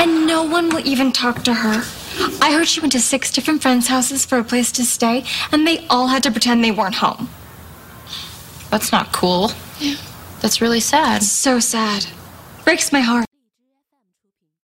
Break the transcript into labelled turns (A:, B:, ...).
A: And no one will even talk to her. I heard she went to six different friends' houses for a place to stay, and they all had to pretend they weren't home.
B: That's not cool. That's really sad.
A: So sad. Breaks my heart.